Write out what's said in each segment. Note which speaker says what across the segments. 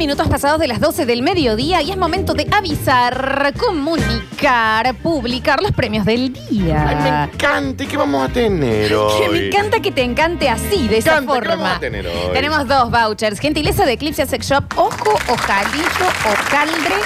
Speaker 1: minutos pasados de las 12 del mediodía y es momento de avisar, comunicar, publicar los premios del
Speaker 2: Ay, me
Speaker 1: día.
Speaker 2: encanta. ¿Y qué vamos a tener hoy?
Speaker 1: Ah. Que me encanta que te encante así, de esa
Speaker 2: encanta, ¿qué
Speaker 1: forma.
Speaker 2: vamos a tener hoy?
Speaker 1: Tenemos dos vouchers. Gentileza de Eclipse Sex Shop, ojo, ojalillo, ocaldre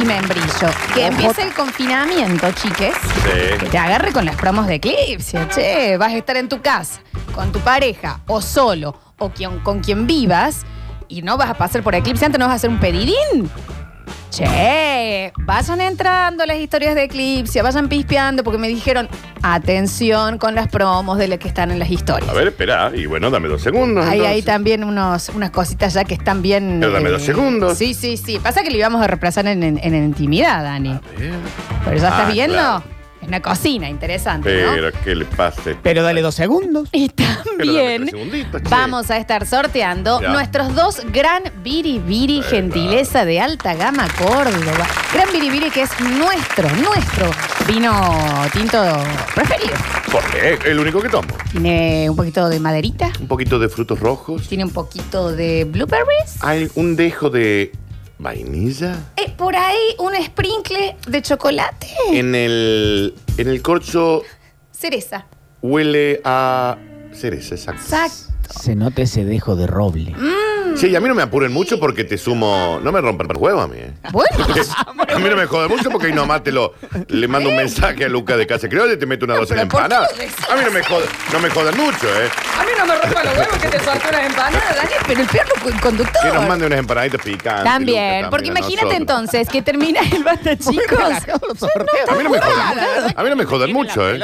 Speaker 1: y membrillo. Que empiece el confinamiento, chiques. Que
Speaker 2: Sí.
Speaker 1: te agarre con las promos de Eclipse, che. Vas a estar en tu casa, con tu pareja, o solo, o quien- con quien vivas, y no vas a pasar por Eclipse, antes no vas a hacer un pedidín. Che, vayan entrando las historias de Eclipse, vayan pispeando, porque me dijeron, atención con las promos de las que están en las historias.
Speaker 2: A ver, espera. Y bueno, dame dos segundos.
Speaker 1: Hay ahí
Speaker 2: entonces.
Speaker 1: también unos, unas cositas ya que están bien. eh,
Speaker 2: Pero dame dos segundos.
Speaker 1: Sí, sí, sí. Pasa que lo íbamos a reemplazar en, en- en intimidad, Dani.
Speaker 2: A ver.
Speaker 1: Pero ya estás
Speaker 2: Ah,
Speaker 1: viendo.
Speaker 2: claro.
Speaker 1: Es una cocina interesante, ¿no?
Speaker 2: Pero que le pase.
Speaker 3: Pero dale dos segundos.
Speaker 1: Y
Speaker 2: Pero dame tres
Speaker 1: también
Speaker 2: segunditos, che.
Speaker 1: vamos a estar sorteando
Speaker 2: Ya.
Speaker 1: nuestros dos Gran Biribiri
Speaker 2: Ahí
Speaker 1: Gentileza de Alta Gama Córdoba. Gran Biribiri que es nuestro, nuestro vino tinto preferido.
Speaker 2: Porque es el único que tomo.
Speaker 1: Tiene un poquito de maderita,
Speaker 2: Un poquito de frutos rojos.
Speaker 1: tiene un poquito de blueberries.
Speaker 2: Hay un dejo de vainilla.
Speaker 1: Eh, por ahí un sprinkle de chocolate.
Speaker 2: En el, en el corcho
Speaker 1: Cereza.
Speaker 2: huele a cereza, exacto.
Speaker 1: Exacto.
Speaker 3: Se nota ese dejo de roble.
Speaker 2: Sí, y a mí no me apuren mucho porque te sumo. No me rompan el huevo a mí, eh.
Speaker 1: Bueno,
Speaker 2: A mí no me jode mucho porque ahí nomás te lo, le mando un mensaje a Luca de Casa Criolla y te mete una docena de
Speaker 1: pero ¿por qué lo
Speaker 2: empanadas.
Speaker 1: decís
Speaker 2: A mí no me, jode, no me jodan mucho, ¿eh?
Speaker 1: a mí no me rompa los huevos que te soltó unas empanadas, Daniel, pero el perro con- conductor.
Speaker 2: Que nos mande unas empanaditas picantes.
Speaker 1: También,
Speaker 2: Luca,
Speaker 1: porque
Speaker 2: a
Speaker 1: imagínate
Speaker 2: nosotros.
Speaker 1: entonces que termina el basta, chicos. Ah,
Speaker 3: Los sorteos.
Speaker 2: A mí no me jodan, a mí no me jodan mucho, ¿eh?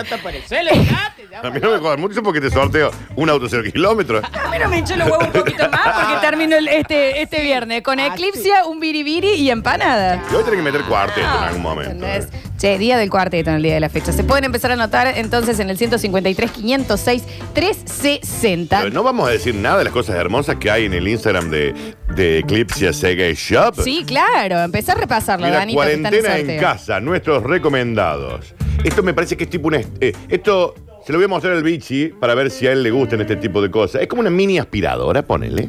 Speaker 2: A mí no me jodan mucho porque te sorteo un auto cero kilómetros.
Speaker 1: A mí no me hinché los huevos un poquito más porque termino el- este, este viernes con eclipsia, un biribiri y empanada.
Speaker 2: Y hoy tenés que meter cuarteto en algún momento.
Speaker 1: ¿Entendés?
Speaker 2: ¿eh?
Speaker 1: Che, día del cuarteto en el día de la fecha. Se pueden empezar a anotar entonces en el 153 506 360.
Speaker 2: Pero no vamos a decir nada de las cosas hermosas que hay en el Instagram de, de Eclipse Sega Shop.
Speaker 1: Sí, claro, empezá a repasarlo,
Speaker 2: Y la
Speaker 1: Danito, que está en el
Speaker 2: cuarentena en
Speaker 1: sorteo.
Speaker 2: casa, nuestros recomendados. Esto me parece que es tipo una. eh, esto se lo voy a mostrar al bichi para ver si a él le gustan este tipo de cosas. Es como una mini aspiradora, ponele.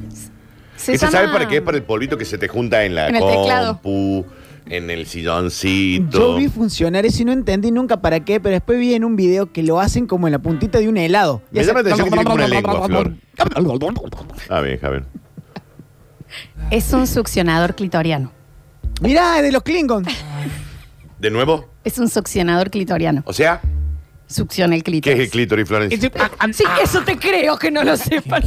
Speaker 1: Se
Speaker 2: ¿Esa
Speaker 1: llama-
Speaker 2: sabe para qué? Es para el polvito que se te junta en la
Speaker 1: En el teclado.
Speaker 2: compu, en el silloncito.
Speaker 3: Yo vi funcionar eso y no entendí nunca para qué, pero después vi en un video que lo hacen como en la puntita de un helado. Y
Speaker 2: Me
Speaker 3: hace-
Speaker 2: llama la atención que tiene como una lengua, Flor. A ver, Ah, Javier.
Speaker 1: Es un succionador clitoriano.
Speaker 3: Mirá, es de los Klingons.
Speaker 2: ¿De nuevo?
Speaker 1: Es un succionador clitoriano.
Speaker 2: O sea,
Speaker 1: Succiona el
Speaker 2: ¿qué
Speaker 1: clítoris.
Speaker 2: es el clítoris, Florencia?
Speaker 3: Ah,
Speaker 1: Sí, eso te creo que no lo sepan.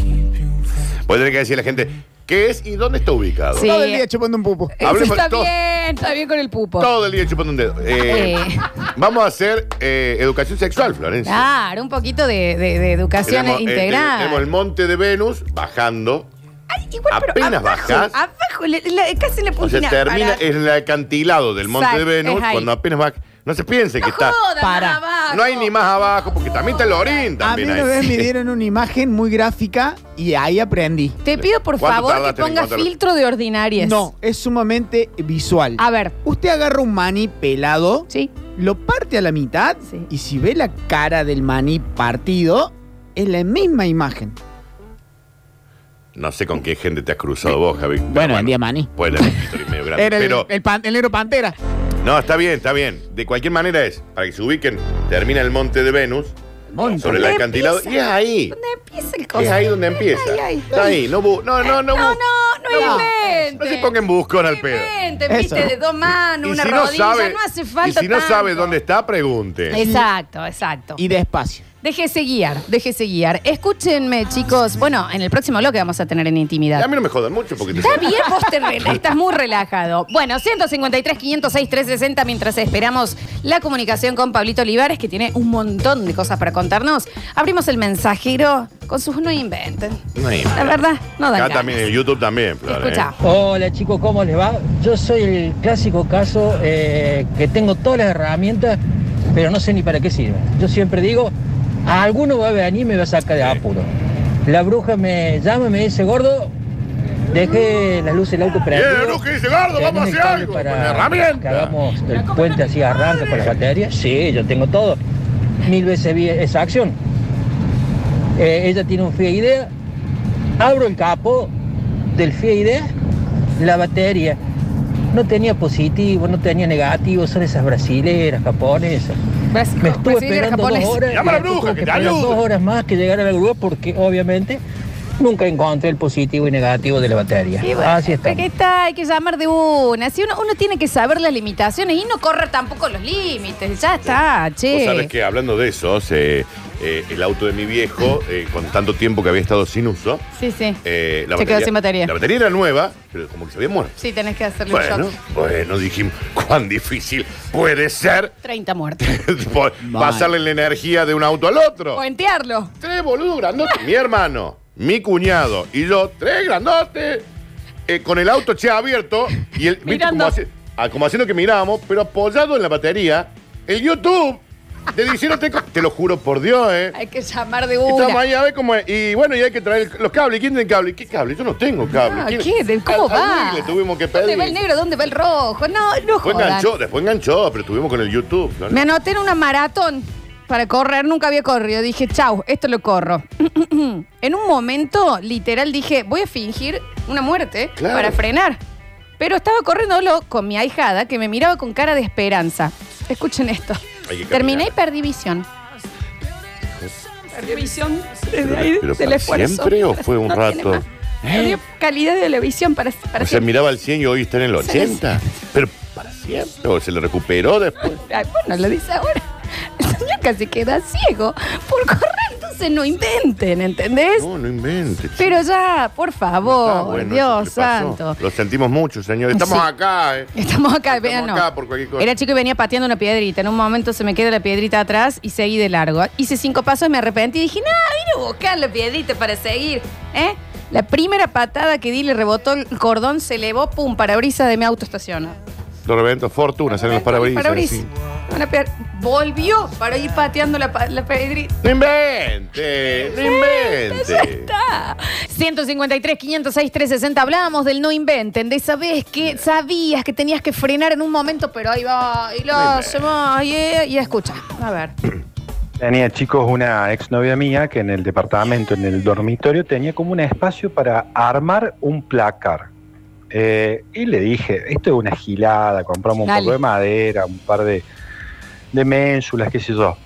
Speaker 2: Voy a tener que decirle a la gente qué es y dónde está ubicado.
Speaker 1: Sí.
Speaker 3: Todo el día chupando un pupo.
Speaker 1: Eso
Speaker 2: Hablemos
Speaker 1: está
Speaker 2: de todo.
Speaker 1: bien, está bien con el pupo.
Speaker 2: Todo el día chupando un dedo. Eh,
Speaker 1: Eh.
Speaker 2: Vamos a hacer eh, educación sexual, Florencia.
Speaker 1: Claro, un poquito de, de- de educación
Speaker 2: Tenemos, eh, te-
Speaker 1: integral.
Speaker 2: tenemos el monte de Venus bajando.
Speaker 1: Ay, igual, pero
Speaker 2: apenas
Speaker 1: abajo,
Speaker 2: bajás.
Speaker 1: abajo, le- le- casi le
Speaker 2: O sea, termina eh, en el acantilado del monte
Speaker 1: Exacto,
Speaker 2: de Venus.
Speaker 1: es ahí.
Speaker 2: Cuando apenas baja. No se piense que está.
Speaker 3: Para.
Speaker 2: No hay ni más abajo, porque también está el orín.
Speaker 3: A mí
Speaker 2: También
Speaker 3: una
Speaker 2: hay.
Speaker 3: vez me dieron una imagen muy gráfica y ahí aprendí.
Speaker 1: Te pido por
Speaker 2: ¿Cuánto
Speaker 1: favor que
Speaker 2: tardaste en
Speaker 1: pongas
Speaker 2: encontrarlo?
Speaker 1: filtro de ordinarias.
Speaker 3: No, es sumamente visual.
Speaker 1: A ver,
Speaker 3: Usted agarra un maní pelado,
Speaker 1: sí.
Speaker 3: lo parte a la mitad
Speaker 1: Sí.
Speaker 3: y si ve la cara del maní partido, es la misma imagen.
Speaker 2: No sé con qué gente te has cruzado vos, Javi. Pero
Speaker 3: Bueno, el día maní.
Speaker 2: Puede ser un clítoris medio grande. pero,
Speaker 3: pan- el negro pantera.
Speaker 2: no, está bien, está bien. De cualquier manera es, para que se ubiquen, termina el monte de Venus sobre el
Speaker 1: ¿Dónde
Speaker 2: acantilado.
Speaker 1: empieza?
Speaker 2: Y es ahí.
Speaker 1: ¿Dónde empieza el coso?
Speaker 2: Es ahí donde empieza.
Speaker 1: Ay, ay.
Speaker 2: Está ahí. No, bu- no,
Speaker 1: No,
Speaker 2: no, no.
Speaker 1: no,
Speaker 2: bu-
Speaker 1: no,
Speaker 3: No.
Speaker 1: inventen.
Speaker 2: No se pongan buscón al pedo.
Speaker 1: Inventen,
Speaker 3: Eso.
Speaker 1: viste, de dos manos,
Speaker 2: Y
Speaker 1: una
Speaker 2: si no
Speaker 1: rodilla, no,
Speaker 2: sabe,
Speaker 1: hace falta
Speaker 2: y si no
Speaker 1: tanto.
Speaker 2: sabe dónde está, pregunte.
Speaker 1: Exacto, exacto.
Speaker 3: Y despacio.
Speaker 1: Déjese guiar, déjese guiar. Escúchenme, chicos. Bueno, en el próximo bloque vamos a tener en intimidad.
Speaker 2: A mí no me jodan mucho porque te
Speaker 1: Está bien, vos te rela- estás muy relajado. Bueno, 153, 506, 360, mientras esperamos la comunicación con Pablito Olivares, que tiene un montón de cosas para contarnos. Abrimos el mensajero con sus no inventen.
Speaker 2: No hay
Speaker 1: La verdad, no dan
Speaker 2: Acá
Speaker 1: ganas.
Speaker 2: también en YouTube también, Flor,
Speaker 1: Escucha.
Speaker 2: ¿eh?
Speaker 4: Hola chicos, ¿cómo les va? Yo soy el clásico caso eh, que tengo todas las herramientas, pero no sé ni para qué sirven. Yo siempre digo, a alguno va a venir y me va a sacar de apuro. La bruja me llama y me dice, gordo, dejé las luces del auto
Speaker 2: Bien,
Speaker 4: prendido.
Speaker 2: Bruno, ¿qué dice Gardo? Vamos a
Speaker 4: ¿Tenés
Speaker 2: hacer
Speaker 4: cable
Speaker 2: algo. Con herramienta.
Speaker 4: Que hagamos el puente así arranca con las baterías. Sí, yo tengo todo. Mil veces vi esa acción. Eh, ella tiene un fea idea. Abro el capo del fea idea la batería. No tenía positivo, no tenía negativo, son esas brasileras, japonesas.
Speaker 2: eh.
Speaker 1: Brasil,
Speaker 4: Me estuve
Speaker 1: brasileña,
Speaker 4: esperando
Speaker 1: japonesa.
Speaker 4: dos horas.
Speaker 2: Llama a la
Speaker 4: y después
Speaker 2: bruja, que
Speaker 4: tuve que
Speaker 2: te
Speaker 4: esperar
Speaker 2: ayude.
Speaker 4: dos horas más que llegara la grúa porque obviamente nunca encontré el positivo y negativo de la batería.
Speaker 1: Sí, bueno,
Speaker 4: Así Ah, está.
Speaker 1: pero que está, hay que llamar de una. Si uno, uno tiene que saber las limitaciones y no correr tampoco los límites. Ya está,
Speaker 2: Vos sabés
Speaker 1: che.
Speaker 2: que hablando de eso, se- eh, el auto de mi viejo, eh, con tanto tiempo que había estado sin uso,
Speaker 1: Sí, sí.
Speaker 2: eh, la
Speaker 1: Se quedó sin batería.
Speaker 2: La batería era nueva, pero como que se había muerto.
Speaker 1: Sí, tenés que hacerle un
Speaker 2: Bueno,
Speaker 1: shot.
Speaker 2: bueno, dijimos, cuán difícil puede ser
Speaker 1: 30 muertes.
Speaker 2: po- pasarle la energía de un auto al otro.
Speaker 1: Puentearlo.
Speaker 2: Tres boludos grandotes. mi hermano, mi cuñado y yo, tres grandotes, eh, con el auto che abierto y el, ¿viste
Speaker 1: Mirando.
Speaker 2: como, hace- ah, como haciendo que miramos, pero apoyado en la batería, el YouTube. Te diciendo, te, co- te lo juro por Dios, ¿eh?
Speaker 1: Hay que llamar de
Speaker 2: Y Estamos
Speaker 1: una.
Speaker 2: ahí a ver cómo es. Y bueno, y hay que traer el- los cables. ¿Y ¿Quién tiene cable? ¿Qué cable? Yo no tengo cable.
Speaker 1: Ah,
Speaker 2: ¿Quién-
Speaker 1: ¿qué? ¿De- ¿Cómo
Speaker 2: Al- al
Speaker 1: va?
Speaker 2: Wigle tuvimos que
Speaker 1: ¿Dónde va el
Speaker 2: pedir.
Speaker 1: negro? ¿Dónde va el rojo? No, no
Speaker 2: Después
Speaker 1: jodan.
Speaker 2: enganchó, después enganchó, pero estuvimos con el YouTube. ¿no?
Speaker 1: Me anoté en una maratón para correr, nunca había corrido. Dije, chau, esto lo corro. en un momento, literal, dije, voy a fingir una muerte
Speaker 2: Claro.
Speaker 1: para frenar. Pero estaba corriéndolo con mi ahijada que me miraba con cara de esperanza. Escuchen esto.
Speaker 2: Hay que caminar.
Speaker 1: Terminé y perdí visión. Perdí visión desde
Speaker 2: Pero-
Speaker 1: ahí,
Speaker 2: pero
Speaker 1: del
Speaker 2: para
Speaker 1: esfuerzo.
Speaker 2: siempre o fue un
Speaker 1: No tiene
Speaker 2: rato? ¿Eh?
Speaker 1: más. Perdí calidad de la visión para, para
Speaker 2: O sea,
Speaker 1: siempre.
Speaker 2: miraba al 100 y hoy está en el 80. Pero para siempre, o se lo recuperó después.
Speaker 1: Ay, bueno, lo dice ahora. El señor casi queda ciego por correr, entonces no inventen, ¿entendés?
Speaker 2: No, no inventes.
Speaker 1: Pero ya, por favor,
Speaker 2: Está bueno eso que
Speaker 1: Dios
Speaker 2: le pasó.
Speaker 1: santo.
Speaker 2: Lo sentimos mucho, señor. Estamos
Speaker 1: Sí.
Speaker 2: acá, ¿eh?
Speaker 1: Estamos acá, vean, no.
Speaker 2: acá por cualquier cosa.
Speaker 1: Era chico y venía pateando una piedrita. En un momento se me queda la piedrita atrás y seguí de largo. Hice cinco pasos, me arrepentí y dije, no, vine a buscar la piedrita para seguir. ¿Eh? La primera patada que di le rebotó el cordón, se elevó, pum, parabrisas de mi auto estacionado.
Speaker 2: Lo reventó Fortuna, salen los parabrisas.
Speaker 1: Parabrisas.
Speaker 2: sí.
Speaker 1: Una pier- Volvió para ir pateando la, pa- la piedrita.
Speaker 2: No invente, no
Speaker 1: Ya
Speaker 2: invente.
Speaker 1: está. 153, 506, 360. Hablábamos del no inventen, de esa vez que sabías que tenías que frenar en un momento, pero ahí va, y lo hacemos, y, eh, y escucha. A ver.
Speaker 5: Tenía chicos una exnovia mía que en el departamento, en el dormitorio, tenía como un espacio para armar un placar. Eh, y le dije, esto es una gilada, compramos un
Speaker 1: Dale.
Speaker 5: poco de madera, un par de, de ménsulas, qué sé yo.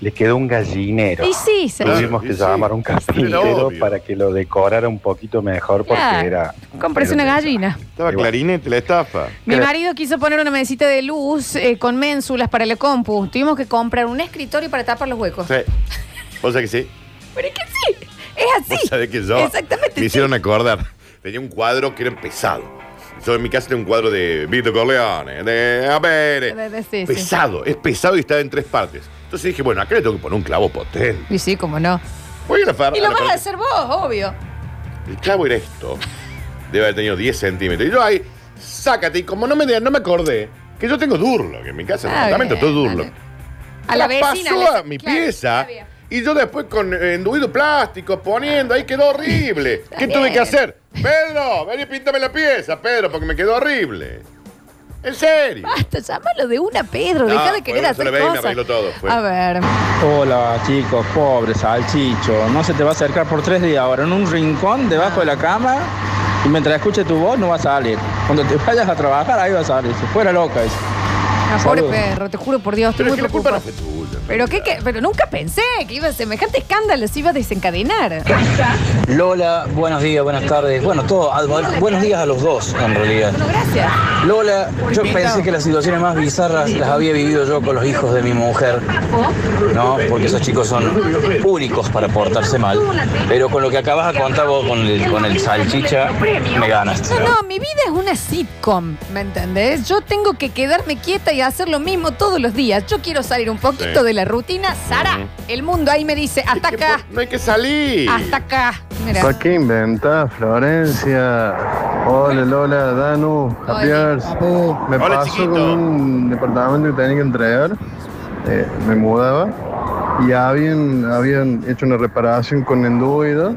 Speaker 5: Le quedó un gallinero.
Speaker 1: Y sí, se
Speaker 2: Claro,
Speaker 5: Tuvimos
Speaker 2: y
Speaker 5: que
Speaker 2: sí.
Speaker 5: llamar a un
Speaker 2: Era
Speaker 5: carpintero
Speaker 2: obvio.
Speaker 5: para que lo decorara un poquito mejor porque
Speaker 1: Claro.
Speaker 5: era...
Speaker 1: compres
Speaker 5: era
Speaker 1: una
Speaker 5: un desastre.
Speaker 1: gallina.
Speaker 2: Estaba clarinete la estafa.
Speaker 1: Mi
Speaker 5: Claro.
Speaker 1: marido quiso poner una mesita de luz eh, con ménsulas para la compu. Tuvimos que comprar un escritorio para tapar los huecos.
Speaker 2: Sí. Vos sabés que sí.
Speaker 1: Pero es que sí, es
Speaker 2: Vos
Speaker 1: así.
Speaker 2: sabés que yo.
Speaker 1: Exactamente.
Speaker 2: Me
Speaker 1: sí.
Speaker 2: hicieron acordar. Tenía un cuadro que era pesado. Yo en mi casa tenía un cuadro de Vito Corleone, de a ver,
Speaker 1: De- de- sí, sí.
Speaker 2: pesado, es pesado y está en tres partes. Entonces dije, bueno, acá le tengo que poner un clavo potente.
Speaker 1: Y sí, como no.
Speaker 2: Voy a la far-
Speaker 1: Y
Speaker 2: a
Speaker 1: lo
Speaker 2: la
Speaker 1: vas a
Speaker 2: far-
Speaker 1: hacer vos, obvio.
Speaker 2: El clavo era esto. Debe haber tenido 10 centímetros. Y yo ahí, sácate. Y como no me, no me acordé, que yo tengo Durlock en mi casa, en el
Speaker 1: Ah,
Speaker 2: apartamento,
Speaker 1: bien,
Speaker 2: todo Durlock.
Speaker 1: dale. A la vecina.
Speaker 2: pasó
Speaker 1: le-
Speaker 2: a mi
Speaker 1: Claro,
Speaker 2: pieza
Speaker 1: está bien.
Speaker 2: y yo después con eh, enduido plástico poniendo, ahí quedó horrible. ¿Qué
Speaker 1: bien.
Speaker 2: tuve que hacer? Pedro, ven y píntame la pieza, Pedro, porque me quedó horrible. En serio.
Speaker 1: Basta, llámalo de una, Pedro.
Speaker 2: No,
Speaker 1: Deja de
Speaker 2: Ah, fue
Speaker 1: querer
Speaker 2: una sola
Speaker 1: hacer
Speaker 2: vez y me
Speaker 1: cosas.
Speaker 2: arregló todo, fue.
Speaker 1: A ver.
Speaker 6: Hola chicos, pobre salchicho, no se te va a acercar por tres días ahora, en un rincón debajo de la cama y mientras escuche tu voz no va a salir. Cuando te vayas a trabajar ahí va a salir, si fuera loca eso.
Speaker 1: No, pobre
Speaker 6: Saludos.
Speaker 1: perro, te juro por Dios, estoy
Speaker 2: Pero es
Speaker 1: muy
Speaker 2: que la culpa no
Speaker 1: preocupada.
Speaker 2: fue tuya.
Speaker 1: Pero, qué, qué- pero nunca pensé que iba a semejante escándalo se iba a desencadenar.
Speaker 7: Lola, buenos días, buenas tardes. Bueno, todo, al- bu- buenos días a los dos, en realidad.
Speaker 1: Bueno, gracias.
Speaker 7: Lola, yo pensé que las situaciones más bizarras las había vivido yo con los hijos de mi mujer. No, porque esos chicos son únicos para portarse mal. Pero con lo que acabas de contar vos con el, con el salchicha, me ganaste.
Speaker 1: No, no, mi vida es una sitcom, ¿me entendés? Yo tengo que quedarme quieta y hacer lo mismo todos los días. Yo quiero salir un poquito
Speaker 2: Sí.
Speaker 1: de la rutina. Sara, el mundo ahí me dice, hasta
Speaker 2: Es que
Speaker 1: acá,
Speaker 2: No hay que salir.
Speaker 1: hasta acá. Mira.
Speaker 8: ¿Para qué inventás, Florencia? Hola, Lola, Danu,
Speaker 1: Hola.
Speaker 8: Javiers.
Speaker 3: Papu.
Speaker 8: Me
Speaker 2: Hola,
Speaker 8: pasó
Speaker 2: chiquito.
Speaker 8: con un departamento que tenía que entregar. eh, me mudaba. Y habían, habían hecho una reparación con enduido.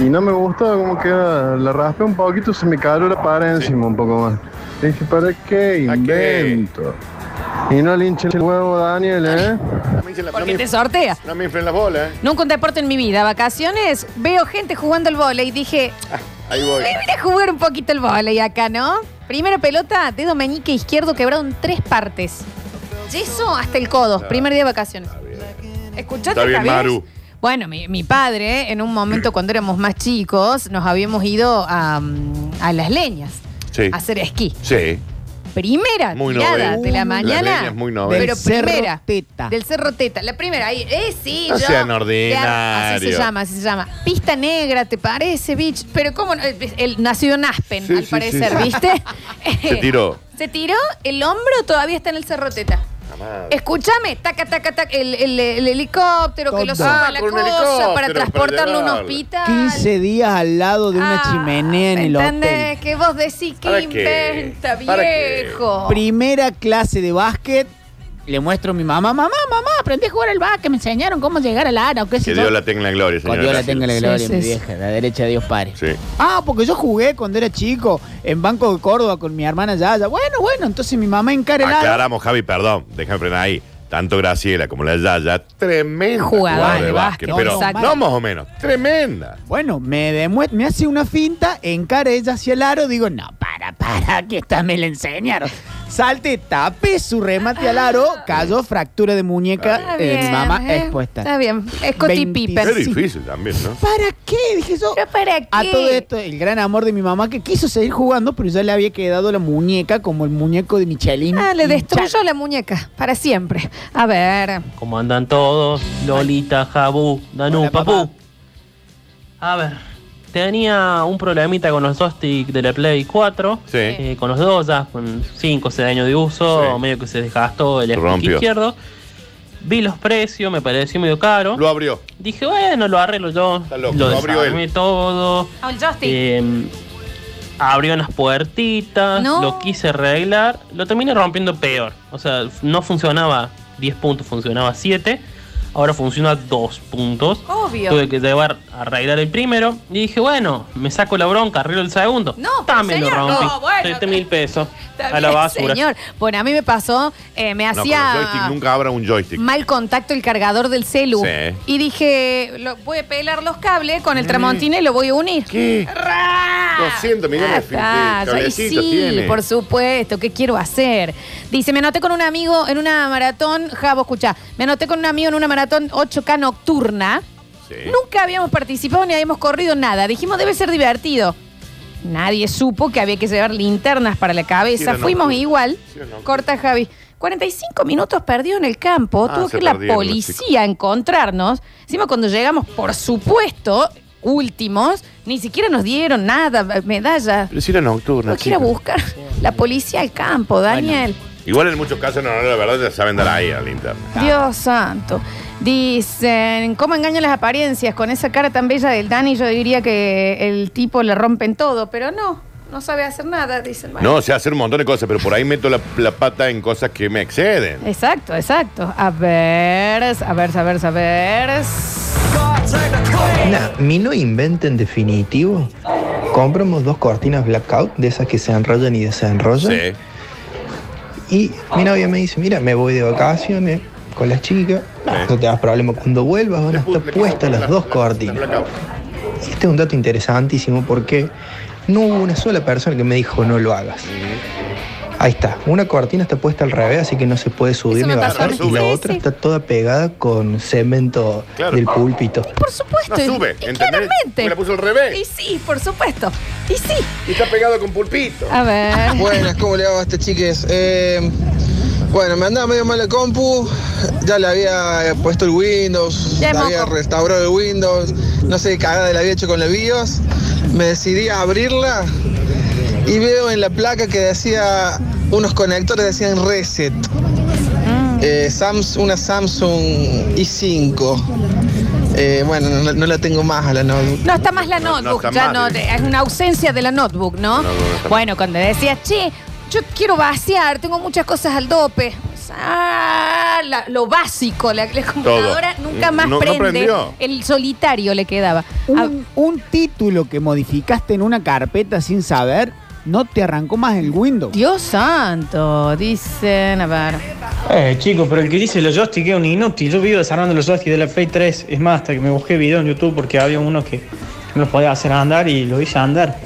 Speaker 8: Y no me gustaba cómo queda. La raspé un poquito, se me cayó la pared encima un poco más. Dije, ¿para qué
Speaker 2: ¿Para qué?
Speaker 8: invento? Y no le hinche el huevo, Daniel, ¿eh?
Speaker 2: No me, hinchen la- no
Speaker 1: Porque
Speaker 2: me-
Speaker 1: te sortea.
Speaker 2: no me inflen las bolas, ¿eh?
Speaker 1: Nunca un deporte en mi vida. Vacaciones, veo gente jugando al vóley y dije, "Eh,
Speaker 2: Ah, ahí voy.
Speaker 1: voy a ir a jugar un poquito el vóley acá, ¿no? Primera pelota, dedo meñique izquierdo quebrado en tres partes. Yeso hasta el codo, primer día de vacaciones. ¿Escuchaste,
Speaker 2: Está bien,
Speaker 1: Javier?
Speaker 2: Maru.
Speaker 1: Bueno, mi, mi padre, en un momento cuando éramos más chicos, nos habíamos ido a, mm, a las leñas
Speaker 2: Sí.
Speaker 1: a hacer esquí.
Speaker 2: Sí.
Speaker 1: Primera
Speaker 2: Muy
Speaker 1: tirada
Speaker 2: novel.
Speaker 1: de la
Speaker 2: Las
Speaker 1: mañana.
Speaker 2: leñas muy novel.
Speaker 1: pero
Speaker 3: Del Cerro
Speaker 1: primera.
Speaker 3: Teta.
Speaker 1: Del Cerro Teta. La primera, ahí. Eh, sí,
Speaker 2: No
Speaker 1: yo.
Speaker 2: sean
Speaker 1: Claro, Así se
Speaker 2: ordinarios.
Speaker 1: llama, así se llama. Pista negra, ¿te parece, bitch? Pero cómo no? él, él nació en Aspen,
Speaker 2: Sí,
Speaker 1: al
Speaker 2: sí,
Speaker 1: parecer,
Speaker 2: sí, sí.
Speaker 1: ¿viste?
Speaker 2: Se
Speaker 1: eh,
Speaker 2: tiró.
Speaker 1: Se tiró, el hombro todavía está en el Cerro Teta. Escúchame, taca, taca, taca, el, el- el helicóptero que lo
Speaker 3: Todo.
Speaker 1: suba a
Speaker 2: Ah,
Speaker 1: la
Speaker 2: con un
Speaker 1: cosa para
Speaker 2: helicóptero para
Speaker 1: transportarlo a un
Speaker 2: llevarlo.
Speaker 1: hospital.
Speaker 3: 15 días al lado de una
Speaker 1: Ah,
Speaker 3: chimenea en
Speaker 1: ¿me
Speaker 3: el
Speaker 1: entendés?
Speaker 3: hotel.
Speaker 1: Que vos decís que
Speaker 2: ¿Para qué?
Speaker 1: inventa,
Speaker 2: ¿Para qué?
Speaker 1: viejo.
Speaker 3: Primera clase de básquet. Le muestro a mi mamá, mamá, mamá, aprendí a jugar al básquet, me enseñaron cómo llegar al aro, qué sé
Speaker 2: Que
Speaker 3: yo.
Speaker 2: Dios la tenga en la gloria,
Speaker 6: Con
Speaker 2: señora.
Speaker 6: Dios la tenga la
Speaker 1: Sí,
Speaker 6: gloria,
Speaker 1: sí,
Speaker 6: mi
Speaker 1: sí.
Speaker 6: vieja, la derecha de Dios pare.
Speaker 2: Sí.
Speaker 3: Ah, porque yo jugué cuando era chico en Banco de Córdoba con mi hermana Yaya. Bueno, bueno, entonces mi mamá encara
Speaker 2: Ah,
Speaker 3: el aro.
Speaker 2: Aclaramos, Javi, perdón. Déjame frenar ahí. Tanto Graciela como la Yaya, tremenda
Speaker 1: Jugadora
Speaker 2: jugadora
Speaker 1: de
Speaker 2: de básquet.
Speaker 1: básquet,
Speaker 2: Pero
Speaker 1: exacto.
Speaker 2: no más o menos, tremenda.
Speaker 3: Bueno, me demuestra, me hace una finta, encara ella hacia el aro, digo, no, para, para, que esta me la enseñaron. Salte, tape su remate al aro, cayó fractura de muñeca, eh, mi mamá
Speaker 1: eh.
Speaker 3: expuesta.
Speaker 1: Ah. Está bien, es Scottie
Speaker 3: 26.
Speaker 1: Pippen.
Speaker 2: Es
Speaker 3: Pero sí.
Speaker 2: difícil también, ¿no?
Speaker 3: ¿Para qué? Dije yo.
Speaker 1: ¿Pero para qué?
Speaker 3: A todo esto, el gran amor de mi mamá que quiso seguir jugando, pero ya le había quedado la muñeca como el muñeco de Michelin.
Speaker 1: Ah, le
Speaker 3: hinchada.
Speaker 1: destruyó la muñeca para siempre. A ver.
Speaker 9: ¿Cómo andan todos? Lolita, Jabú, Danú,
Speaker 3: Hola,
Speaker 9: Papú.
Speaker 3: papá.
Speaker 9: A ver, tenía un problemita con los dos stick de la Play 4.
Speaker 2: Sí.
Speaker 9: Eh, con los dos, ya con 5 o 6 años de uso,
Speaker 2: Sí.
Speaker 9: medio que se desgastó el stick
Speaker 2: Rompió.
Speaker 9: izquierdo. Vi los precios, me pareció medio caro.
Speaker 2: Lo abrió.
Speaker 9: Dije, bueno, lo arreglo yo.
Speaker 2: Está loco,
Speaker 9: lo
Speaker 2: lo abrió
Speaker 9: desarmé
Speaker 2: él.
Speaker 9: todo.
Speaker 1: Ah, el joystick.
Speaker 9: Eh, abrió unas puertitas,
Speaker 1: No.
Speaker 9: lo quise arreglar, lo terminé rompiendo peor. O sea, f- no funcionaba 10 puntos, funcionaba 7. Ahora funciona 2 puntos.
Speaker 1: Obvio.
Speaker 9: Tuve que llevar a arreglar el primero y dije, bueno, me saco la bronca, arreglo el segundo.
Speaker 1: No, pero
Speaker 9: también lo
Speaker 1: señor,
Speaker 9: rompí.
Speaker 1: no, bueno,
Speaker 9: 7 mil pesos
Speaker 1: Está
Speaker 9: a la
Speaker 1: bien,
Speaker 9: basura.
Speaker 1: Señor. Bueno, a mí me pasó, eh, me
Speaker 2: No, con el joystick
Speaker 1: hacía
Speaker 2: nunca abra un joystick.
Speaker 1: mal contacto el cargador del celu.
Speaker 2: Sí. Mm.
Speaker 1: Y dije, lo- voy a pelar los cables con el tramontina y lo voy a unir.
Speaker 2: ¿Qué? 200 millones de fin- de
Speaker 1: Ah, está, y
Speaker 2: cablecitos
Speaker 1: sí,
Speaker 2: tiene.
Speaker 1: por supuesto, ¿qué quiero hacer? Dice, me anoté con un amigo en una maratón, Javo, escucha, me anoté con un amigo en una maratón 8K nocturna.
Speaker 2: Sí.
Speaker 1: Nunca habíamos participado ni habíamos corrido nada. Dijimos, debe ser divertido. Nadie supo que había que llevar linternas para la
Speaker 2: Sí,
Speaker 1: cabeza.
Speaker 2: era
Speaker 1: Fuimos
Speaker 2: nocturno.
Speaker 1: igual.
Speaker 2: Sí, era nocturno.
Speaker 1: Corta Javi. 45 minutos perdido en el campo.
Speaker 2: Ah,
Speaker 1: Tuvo
Speaker 2: se
Speaker 1: que ir la
Speaker 2: perdieron los
Speaker 1: policía a encontrarnos. Encima cuando llegamos, por supuesto, últimos, ni siquiera nos dieron nada, medallas.
Speaker 2: Pero si era nocturna,
Speaker 1: Lo quiero
Speaker 2: chicos.
Speaker 1: buscar. La policía al campo, Daniel.
Speaker 2: Igual en muchos casos, no, no, la verdad, ya saben dar ahí al interno.
Speaker 1: Dios santo. Dicen, ¿cómo engañan las apariencias? Con esa cara tan bella del Dani, yo diría que el tipo le rompen todo, pero no, no sabe hacer nada, dicen. Bueno.
Speaker 2: No, o sea, hacer un montón de cosas, pero por ahí meto la, la pata en cosas que me exceden.
Speaker 1: Exacto, exacto. A ver, a ver, a ver, a ver.
Speaker 10: Nah, mi no inventen definitivo. Compramos dos cortinas blackout, de esas que se enrollan y desenrollan.
Speaker 2: Sí.
Speaker 10: Y mi novia me dice, mira, me voy de vacaciones con las chicas. No,
Speaker 2: Sí.
Speaker 10: no te das problema. Cuando vuelvas van a estar puestas las dos cortinas. Este es un dato interesantísimo porque no hubo una sola persona que me dijo no lo hagas. Ahí está, una cortina está puesta al revés, así que no se puede subir
Speaker 1: Eso
Speaker 10: ni
Speaker 1: me
Speaker 2: pasó a
Speaker 10: bajar.
Speaker 2: mí.
Speaker 10: Y la
Speaker 2: Sí,
Speaker 10: otra
Speaker 1: sí.
Speaker 10: está toda pegada con cemento
Speaker 2: Claro.
Speaker 10: del púlpito.
Speaker 1: Por supuesto.
Speaker 2: No
Speaker 1: y-
Speaker 2: sube,
Speaker 1: y
Speaker 2: ¿entendés?
Speaker 1: claramente.
Speaker 2: Me la puso al revés.
Speaker 1: Y sí, por supuesto. Y sí. Ah,
Speaker 2: Y está pegado con pulpito.
Speaker 1: A ver.
Speaker 10: Buenas, ¿cómo le hago a este chiques? Eh, bueno, me andaba medio mal la compu, ya le había puesto el Windows,
Speaker 1: Ya
Speaker 10: le
Speaker 1: es
Speaker 10: había
Speaker 1: moco.
Speaker 10: restaurado el Windows, no sé qué cagada le había hecho con la BIOS, me decidí a abrirla y veo en la placa que decía, unos conectores decían reset,
Speaker 1: Mm.
Speaker 10: Eh, Sams- una Samsung i5. Eh, bueno, no, no la tengo más a la notebook.
Speaker 1: No está más la
Speaker 2: No, no
Speaker 1: notebook,
Speaker 2: está
Speaker 1: ya
Speaker 2: más,
Speaker 1: no,
Speaker 2: dice.
Speaker 1: te- es una ausencia de la notebook, ¿no?
Speaker 2: No, no, no está más.
Speaker 1: bueno, cuando decías, che, yo quiero vaciar, tengo muchas cosas al dope. Ah, la- lo básico, la, la computadora nunca más
Speaker 2: No- no
Speaker 1: prende.
Speaker 2: prendió.
Speaker 1: el
Speaker 3: Mm.
Speaker 1: solitario le quedaba. Ah, A-
Speaker 3: Un, un título que modificaste en una carpeta sin saber, no te arrancó más el Windows.
Speaker 1: Dios santo, dicen, a ver.
Speaker 11: Eh, chicos, pero el que dice los joystick es un inútil. Yo vivo desarmando los joystick de la Play 3. Es más, hasta que me busqué video en YouTube porque había uno que me los podía hacer andar y lo hice andar.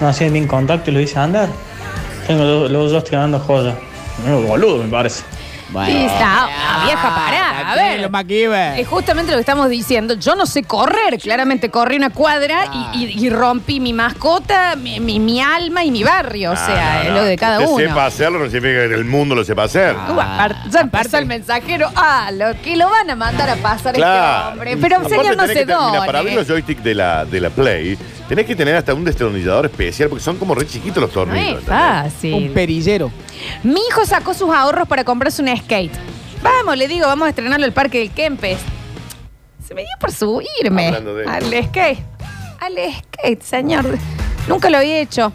Speaker 11: No hacían bien contacto y lo hice andar. Tengo los, los joystick andando joya. No, boludo, me parece.
Speaker 1: Sí, está, ah, vieja, pará, a ver.
Speaker 3: Tranquilo, MacGyver.
Speaker 1: Es justamente lo que estamos diciendo. Yo no sé correr. Claramente corrí una cuadra y,
Speaker 2: Ah.
Speaker 1: y- y rompí mi mascota, mi, mi- mi alma y mi barrio. o sea, es lo de cada
Speaker 2: Que
Speaker 1: uno.
Speaker 2: sepa Ah. hacerlo no significa que el mundo lo sepa hacer.
Speaker 1: Uh, apar- ya empezó el mensajero. Ah, lo que lo van a mandar a pasar
Speaker 2: Claro.
Speaker 1: este hombre. Pero
Speaker 2: Aparte
Speaker 1: sería
Speaker 2: tenés que tener- mira, para abrir los
Speaker 1: Macedón.
Speaker 2: joysticks de la, de la Play, tenés que tener hasta un destornillador especial porque son como re chiquitos los
Speaker 1: No
Speaker 2: tornillos.
Speaker 1: es
Speaker 2: ¿entendés?
Speaker 3: Un
Speaker 1: fácil.
Speaker 3: perillero.
Speaker 1: Mi hijo sacó sus ahorros para comprarse un skate. Vamos, le digo, vamos a estrenarlo al parque del Kempes. Se me dio por subirme
Speaker 2: Hablando de-
Speaker 1: al skate. Al skate, señor. Nunca lo había hecho.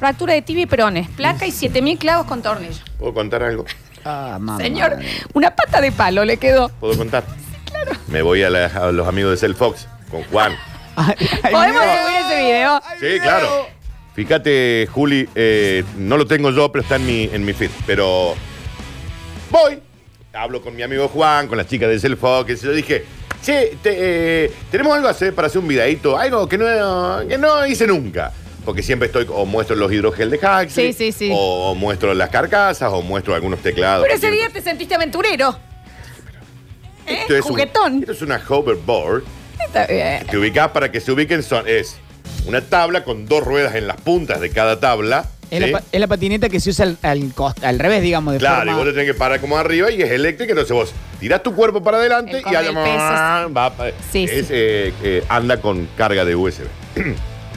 Speaker 1: Fractura de tibia y perones, placa y 7000 clavos con tornillo.
Speaker 2: ¿Puedo contar algo?
Speaker 3: Ah, mamá.
Speaker 1: Señor, una pata de palo le quedó.
Speaker 2: ¿Puedo contar? claro. Me voy a, la- a los amigos de Cell Fox con Juan.
Speaker 3: Ay, ay,
Speaker 1: ¿Podemos
Speaker 3: Dios.
Speaker 1: subir ese video?
Speaker 2: Sí, claro. Fíjate, Juli, eh, no lo tengo yo, pero está en mi, en mi feed. Pero voy, hablo con mi amigo Juan, con las chicas de Selfo, que se lo dije. Che, te- eh, tenemos algo a hacer para hacer un videito, algo que no, que no hice nunca. Porque siempre estoy, o muestro los hidrogel de
Speaker 1: Sí,
Speaker 2: Haxi,
Speaker 1: sí, sí.
Speaker 2: o muestro las carcasas, o muestro algunos teclados.
Speaker 1: Pero ese día te sentiste aventurero. ¿Eh?
Speaker 2: Esto Este es un-
Speaker 1: Juguetón.
Speaker 2: esto es una hoverboard
Speaker 1: Está bien.
Speaker 2: Te ubicás para que se ubiquen son es una tabla con dos ruedas en las puntas de cada tabla.
Speaker 3: Es,
Speaker 2: ¿sí?
Speaker 3: la, pa- es la patineta que se usa al, al cost- al revés, digamos, de
Speaker 2: Claro, y
Speaker 3: forma-
Speaker 2: vos te tenés que parar como arriba y es eléctrica, entonces vos tirás tu cuerpo para adelante
Speaker 1: El
Speaker 2: y
Speaker 1: con
Speaker 2: allá
Speaker 1: el peso.
Speaker 2: va pa-
Speaker 1: Sí,
Speaker 2: es,
Speaker 1: sí.
Speaker 2: eh, eh, anda con carga de USB.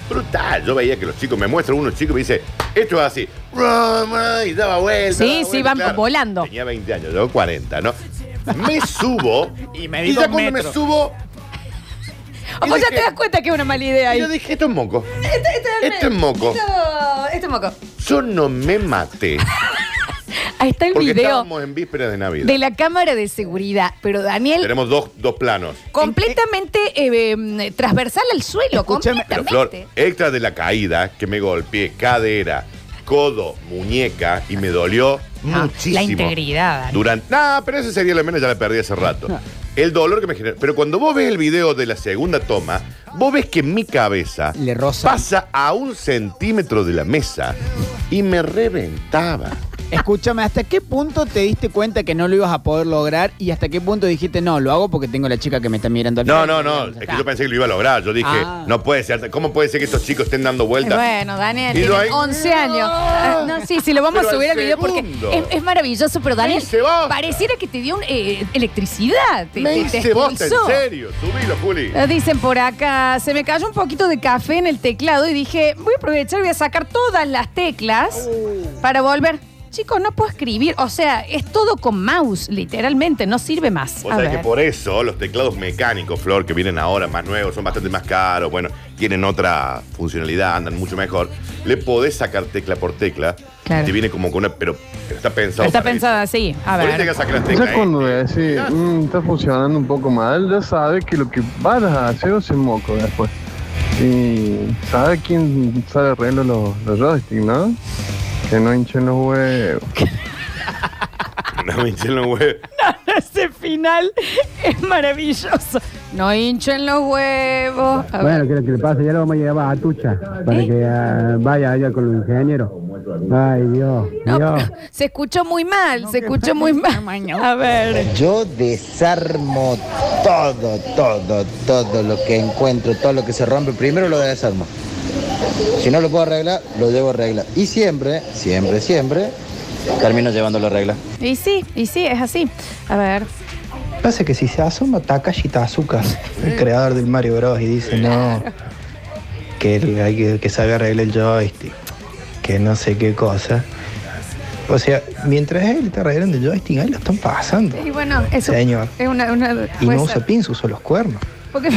Speaker 2: Brutal, yo veía que los chicos, me muestran unos chicos y me dice, esto es así, y daba vuelta.
Speaker 1: Sí,
Speaker 2: daba
Speaker 1: sí,
Speaker 2: vuelta,
Speaker 1: van volando.
Speaker 2: Tenía 20 años, yo 40, ¿no? Me subo
Speaker 3: Y medí
Speaker 2: ya
Speaker 3: dos
Speaker 2: cuando me
Speaker 3: metros.
Speaker 2: subo,
Speaker 1: O vos ya
Speaker 2: dije-
Speaker 1: te das cuenta que es una mala idea ahí.
Speaker 2: yo dije, esto es moco.
Speaker 1: Este, este es el-
Speaker 2: Este es moco.
Speaker 1: Esto, este es moco.
Speaker 2: Yo no me maté.
Speaker 1: Ahí está el
Speaker 2: Porque
Speaker 1: video
Speaker 2: estábamos en vísperas de Navidad.
Speaker 1: de la cámara de seguridad. Pero Daniel,
Speaker 2: Tenemos dos, dos planos.
Speaker 1: completamente eh, eh, transversal al suelo.
Speaker 3: Escúchame,
Speaker 2: Pero Flor,
Speaker 1: completamente.
Speaker 2: extra de la caída, que me golpeé cadera, codo, muñeca y me dolió
Speaker 1: Ah,
Speaker 2: muchísimo.
Speaker 1: la integridad, Dani.
Speaker 2: Durante. Nah, pero ese sería la menos, ya la perdí hace rato. El dolor que me generó. Pero cuando vos ves el video de la segunda toma, vos ves que mi cabeza
Speaker 3: Le roza.
Speaker 2: pasa a un centímetro de la mesa y me reventaba.
Speaker 3: Escúchame, ¿hasta qué punto te diste cuenta que no lo ibas a poder lograr? ¿Y hasta qué punto dijiste, no, lo hago porque tengo la chica que me está mirando al
Speaker 2: No,
Speaker 3: frente"?
Speaker 2: no, no. Es que yo pensé que lo iba a lograr. Yo dije,
Speaker 3: Ah.
Speaker 2: no puede ser. ¿Cómo puede ser que estos chicos estén dando
Speaker 1: Eh,
Speaker 2: vueltas?
Speaker 1: Bueno, Daniel,
Speaker 2: Y
Speaker 1: tiene
Speaker 2: lo hay-
Speaker 1: 11 años. Ah, No, sí, sí, lo vamos
Speaker 2: Pero
Speaker 1: a subir al
Speaker 2: al
Speaker 1: video porque
Speaker 2: segundo.
Speaker 1: es, es maravilloso, pero Daniel,
Speaker 2: hice bosta.
Speaker 1: pareciera que te dio un, eh, electricidad. Te,
Speaker 2: Me
Speaker 1: te- te
Speaker 2: hice bosta, en
Speaker 1: expulsó.
Speaker 2: serio. Subilo, Juli.
Speaker 1: Eh, Dicen por acá, se me cayó un poquito de café en el teclado y dije, voy a aprovechar y voy a sacar todas las teclas
Speaker 2: Oh.
Speaker 1: para volver. Chicos, no puedo escribir, o sea, es todo con mouse, literalmente, no sirve más.
Speaker 2: Vos
Speaker 1: A
Speaker 2: sabés que
Speaker 1: ver.
Speaker 2: por eso los teclados mecánicos, Flor, que vienen ahora más nuevos, son bastante más caros, bueno, tienen otra funcionalidad, andan mucho mejor. Le podés sacar tecla por tecla.
Speaker 1: Claro.
Speaker 2: Te viene como con una. Pero, pero está pensado.
Speaker 1: Está
Speaker 2: para
Speaker 1: pensada así, a
Speaker 2: eso. Por eso
Speaker 1: ver.
Speaker 2: que sacar las teclas.
Speaker 8: Ya cuando
Speaker 2: ¿eh?
Speaker 8: ves, sí, mm, está funcionando un poco mal, ya sabe que lo que vas a hacer es un moco después. Y sabe quién sabe arreglar los, los joysticks, ¿no? Que no hinchen los huevos.
Speaker 2: No me hinchen los huevos.
Speaker 1: Ese final es maravilloso. No hinchen los huevos. A
Speaker 12: Bueno,
Speaker 1: ver.
Speaker 12: ¿qué es lo que le pasa? Ya lo vamos a llevar a Tucha para que ah, vaya allá con los ingenieros. Ay, Dios,
Speaker 1: No,
Speaker 12: Dios.
Speaker 1: pero se escuchó muy mal, se escuchó muy mal. A ver.
Speaker 13: Yo desarmo todo, todo, todo lo que encuentro, todo lo que se rompe, primero lo desarmo. Si no lo puedo arreglar, lo llevo a regla. Y siempre, siempre, siempre, termino llevándolo a regla.
Speaker 1: Y sí, y sí, es así. A ver.
Speaker 11: Pasa que si se asoma Takashi Tazuka, el creador del Mario Bros, y dice no, que el- hay que, que sabe arreglar el joystick, que no sé qué cosa. O sea, mientras él está arreglando el joystick, ahí lo están pasando.
Speaker 1: Y bueno, eso
Speaker 11: Señor.
Speaker 1: es una... una-
Speaker 11: Y
Speaker 1: puede
Speaker 11: no
Speaker 1: ser.
Speaker 11: usa pins, usa los cuernos.
Speaker 1: Porque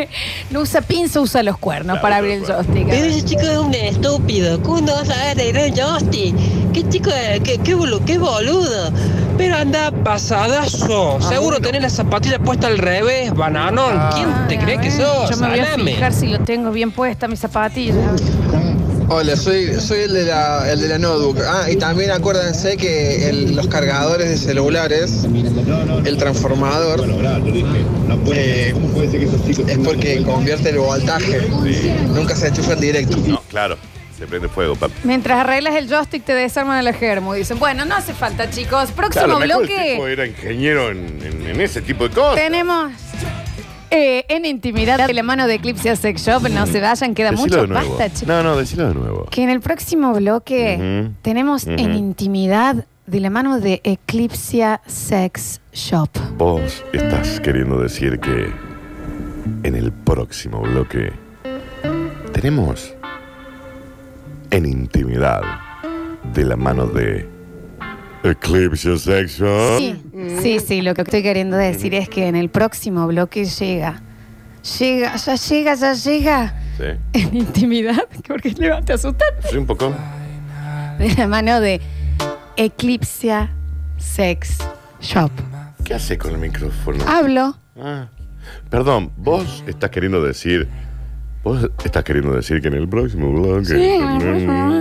Speaker 1: no usa pinza, usa los cuernos
Speaker 2: Ah,
Speaker 1: para abrir el joystick.
Speaker 14: Pero ese chico es un estúpido. ¿Cómo no vas a arreglar el joystick? ¿Qué chico es? ¿Qué, qué, bolu- qué boludo? Pero anda pasadazo.
Speaker 1: Ah,
Speaker 14: Seguro tenés las zapatillas puestas al revés, bananón. ¿Quién te
Speaker 1: Ay,
Speaker 14: cree
Speaker 1: Ah, a
Speaker 14: que
Speaker 1: ver,
Speaker 14: sos?
Speaker 1: Yo me voy a
Speaker 14: Salame.
Speaker 1: fijar si lo tengo bien puesta, mis zapatillas.
Speaker 10: Hola, soy, soy el, de la, el de la notebook. Ah, y también acuérdense que el- los cargadores de celulares, el transformador, eh, es porque convierte el voltaje. Nunca se enchufa en directo.
Speaker 2: No, claro. Se prende fuego, papi.
Speaker 1: Mientras arreglas el joystick te desarman a la germo. Dicen, bueno, no hace falta, chicos.
Speaker 2: Claro,
Speaker 1: Próximo
Speaker 2: me acuerdo el tipo
Speaker 1: bloque.
Speaker 2: era ingeniero en, en- en ese tipo de cosas.
Speaker 1: Tenemos eh, en intimidad de la mano de Eclipse Sex Shop. No se vayan, queda
Speaker 2: Decilo
Speaker 1: mucho.
Speaker 2: de nuevo.
Speaker 1: Basta, chicos.
Speaker 2: No, no, decilo de nuevo.
Speaker 1: Que en el próximo bloque
Speaker 2: Ujú.
Speaker 1: tenemos
Speaker 2: Ujú.
Speaker 1: en intimidad de la mano de Eclipse Sex Shop.
Speaker 2: Vos estás queriendo decir que en el próximo bloque tenemos en intimidad de la mano de Eclipse Section.
Speaker 1: Sí, sí, sí, lo que estoy queriendo decir es que en el próximo bloque llega. Llega, ya llega, ya llega.
Speaker 2: Sí.
Speaker 1: En intimidad, porque le va- te asustar.
Speaker 2: Sí, un poco.
Speaker 1: De la mano de Eclipse Sex Shop.
Speaker 2: ¿Qué hace con el micrófono?
Speaker 1: Hablo.
Speaker 2: Ah, Perdón, vos estás queriendo decir. Vos estás queriendo decir que en el próximo bloque.
Speaker 1: Sí, en el próximo